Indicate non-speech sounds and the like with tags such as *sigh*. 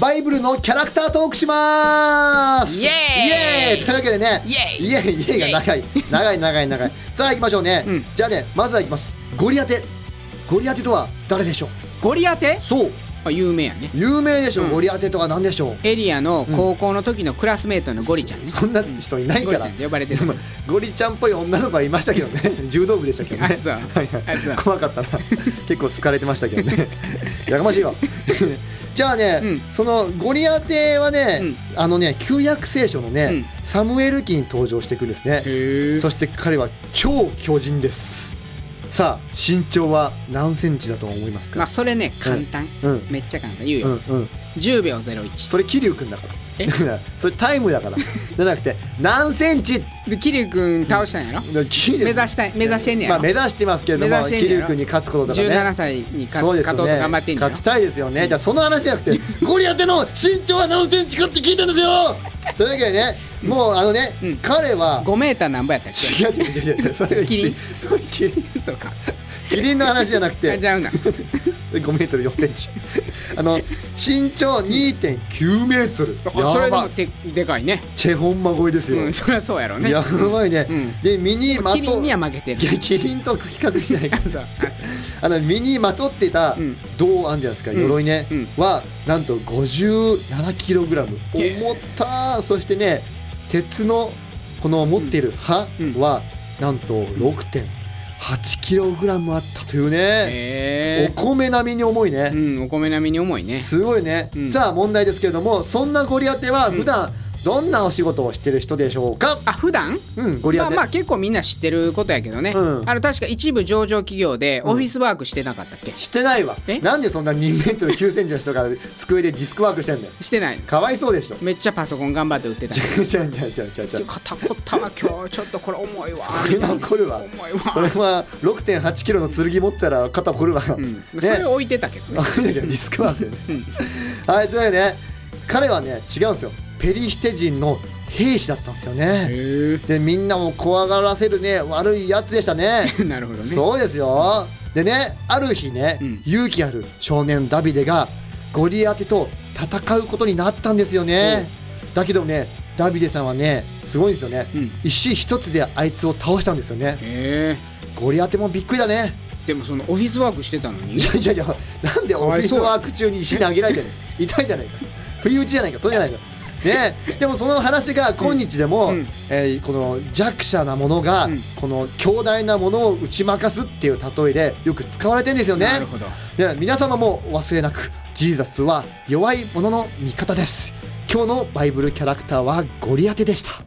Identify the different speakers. Speaker 1: バイブルのキャラクタートークします
Speaker 2: イエーイ
Speaker 1: イエーイというわけでね
Speaker 2: イ
Speaker 1: イエーイイエーイが長い長い長い長い *laughs* さあ行きましょうね、
Speaker 2: うん
Speaker 1: じゃあねまずは行きますゴリアテゴリアテとは誰でしょう
Speaker 2: ゴリアテ
Speaker 1: そう
Speaker 2: まあ有名やね
Speaker 1: 有名でしょう、
Speaker 2: うん
Speaker 1: ゴリアテとは何でしょう
Speaker 2: エリアの高校の時のクラスメートのゴリちゃんね
Speaker 1: そんな人いない
Speaker 2: ゴ
Speaker 1: か
Speaker 2: リち
Speaker 1: ら
Speaker 2: ゃんって呼ばれてる
Speaker 1: まあゴリちゃんっぽい女の子はいましたけ
Speaker 2: *laughs*
Speaker 1: どね柔道部でしたけど
Speaker 2: あ
Speaker 1: ね
Speaker 2: そう
Speaker 1: はいは
Speaker 2: あそう
Speaker 1: い、怖かったな結構疲れてましたけど
Speaker 2: *laughs*
Speaker 1: ねやかましいわじゃあね、
Speaker 2: うん
Speaker 1: そのゴリアテはね、あのね旧約聖書のね、サムエル記に登場していくんですね
Speaker 2: へえ
Speaker 1: そして彼は超巨人ですさあ身長は何センチだと思います
Speaker 2: ま
Speaker 1: か
Speaker 2: あ、それね簡単、
Speaker 1: うん
Speaker 2: めっちゃ簡単言うよ、
Speaker 1: うんうん
Speaker 2: 10秒01
Speaker 1: それ桐生君だから
Speaker 2: え
Speaker 1: だから *laughs* それタイムだからじゃなくて何センチだか
Speaker 2: で桐生君倒したんやろ、
Speaker 1: ら桐生
Speaker 2: 目指したい目指してんね
Speaker 1: ま
Speaker 2: や
Speaker 1: あ
Speaker 2: ろ、
Speaker 1: 目指してますけれど
Speaker 2: 目
Speaker 1: も
Speaker 2: 指してん
Speaker 1: 桐
Speaker 2: ね
Speaker 1: 生
Speaker 2: やろ
Speaker 1: 君に勝つこととかね
Speaker 2: 17歳に勝
Speaker 1: そうですよ
Speaker 2: 勝とうと
Speaker 1: ね
Speaker 2: 頑張ってんねや
Speaker 1: 勝
Speaker 2: ろ
Speaker 1: ちたいですよね、じゃあその話じゃなくてゴリアテの身長は何センチかって聞いたんですよというわけでねもうあのね、
Speaker 2: うん
Speaker 1: 彼は
Speaker 2: 5メーターなんぼやったっ
Speaker 1: 違う違う違う違うそれがき
Speaker 2: キリン
Speaker 1: *laughs* それキリン
Speaker 2: けそうか
Speaker 1: キリンの話じゃなく
Speaker 2: あ
Speaker 1: て
Speaker 2: ちゃうな
Speaker 1: 5メートル4センチあの身長2.9メートル
Speaker 2: そ
Speaker 1: や
Speaker 2: れで
Speaker 1: ば
Speaker 2: も
Speaker 1: い
Speaker 2: ででかいね
Speaker 1: チェホンマ超えですよ、
Speaker 2: うんそりゃそうやろうね
Speaker 1: やばいね、
Speaker 2: うん
Speaker 1: で身にまと
Speaker 2: キリンには負けてる
Speaker 1: いやキリンと比較しないか
Speaker 2: あ
Speaker 1: ら
Speaker 2: *laughs* そうあそう
Speaker 1: あの身にまとってた
Speaker 2: うん
Speaker 1: 銅あんじゃないですか、
Speaker 2: うん
Speaker 1: 鎧ね、
Speaker 2: うん
Speaker 1: はなんと 57kg
Speaker 2: へえ
Speaker 1: 重たーそしてね鉄のこの持っている刃
Speaker 2: うん
Speaker 1: はなんと 6.8kg あったというね、
Speaker 2: へ
Speaker 1: お米並みに重いね、
Speaker 2: えうんお米並みに重いね
Speaker 1: すごいね、
Speaker 2: うん
Speaker 1: さあ問題ですけれどもそんなゴリアテは普段どんなお仕事をしてる人でしょうか、
Speaker 2: あ普段
Speaker 1: うん、ゴリ
Speaker 2: ま
Speaker 1: ア
Speaker 2: あ
Speaker 1: テ、
Speaker 2: まあ結構みんな知ってることやけどね、
Speaker 1: うん
Speaker 2: あの確か一部上場企業で
Speaker 1: ん
Speaker 2: オフィスワークしてなかったっけ、
Speaker 1: してないわ
Speaker 2: え
Speaker 1: なんでそんな2メートル9センチの人が机でディスクワークしてんだよ
Speaker 2: してないの
Speaker 1: かわいそうでしょ
Speaker 2: めっちゃパソコン頑張って売ってた
Speaker 1: ちゃうちゃうちゃうちゃうちゃうちゃう
Speaker 2: 肩こったわ今日ちょっとこれ重いわ
Speaker 1: これは怒るわ
Speaker 2: 重い
Speaker 1: こ
Speaker 2: わ
Speaker 1: れは6.8キロの剣持ってたら肩こるわ、
Speaker 2: うん
Speaker 1: ね
Speaker 2: それ置いてたけど
Speaker 1: あ
Speaker 2: ね
Speaker 1: いやいやディスクワークねはいというわけでね彼はね違うんですよペリシテ人の兵士だったんですよね
Speaker 2: へ
Speaker 1: でみんなも怖がらせるね悪いやつでしたね
Speaker 2: え *laughs* なるほどね
Speaker 1: そうですよでねある日ね、
Speaker 2: うん
Speaker 1: 勇気ある少年ダビデがゴリアテと戦うことになったんですよね、だけどねダビデさんはねすごいんですよね、
Speaker 2: うん
Speaker 1: 石一つであいつを倒したんですよね
Speaker 2: へえ
Speaker 1: ゴリアテもびっくりだね
Speaker 2: でもそのオフィスワークしてたのに
Speaker 1: いやいやいやなんでオフィスワーク中に石投げら
Speaker 2: *laughs*
Speaker 1: れてるの痛いじゃないか不意打ちじゃないかそうじゃないかね、でもその話が今日でも、
Speaker 2: うんうん
Speaker 1: えーこの弱者なものが、
Speaker 2: うん
Speaker 1: この強大なものを打ち負かすっていう例えでよく使われてるんですよね
Speaker 2: なるほど
Speaker 1: で皆様もお忘れなくジーザスは弱い者の味方です今日のバイブルキャラクターはゴリアテでした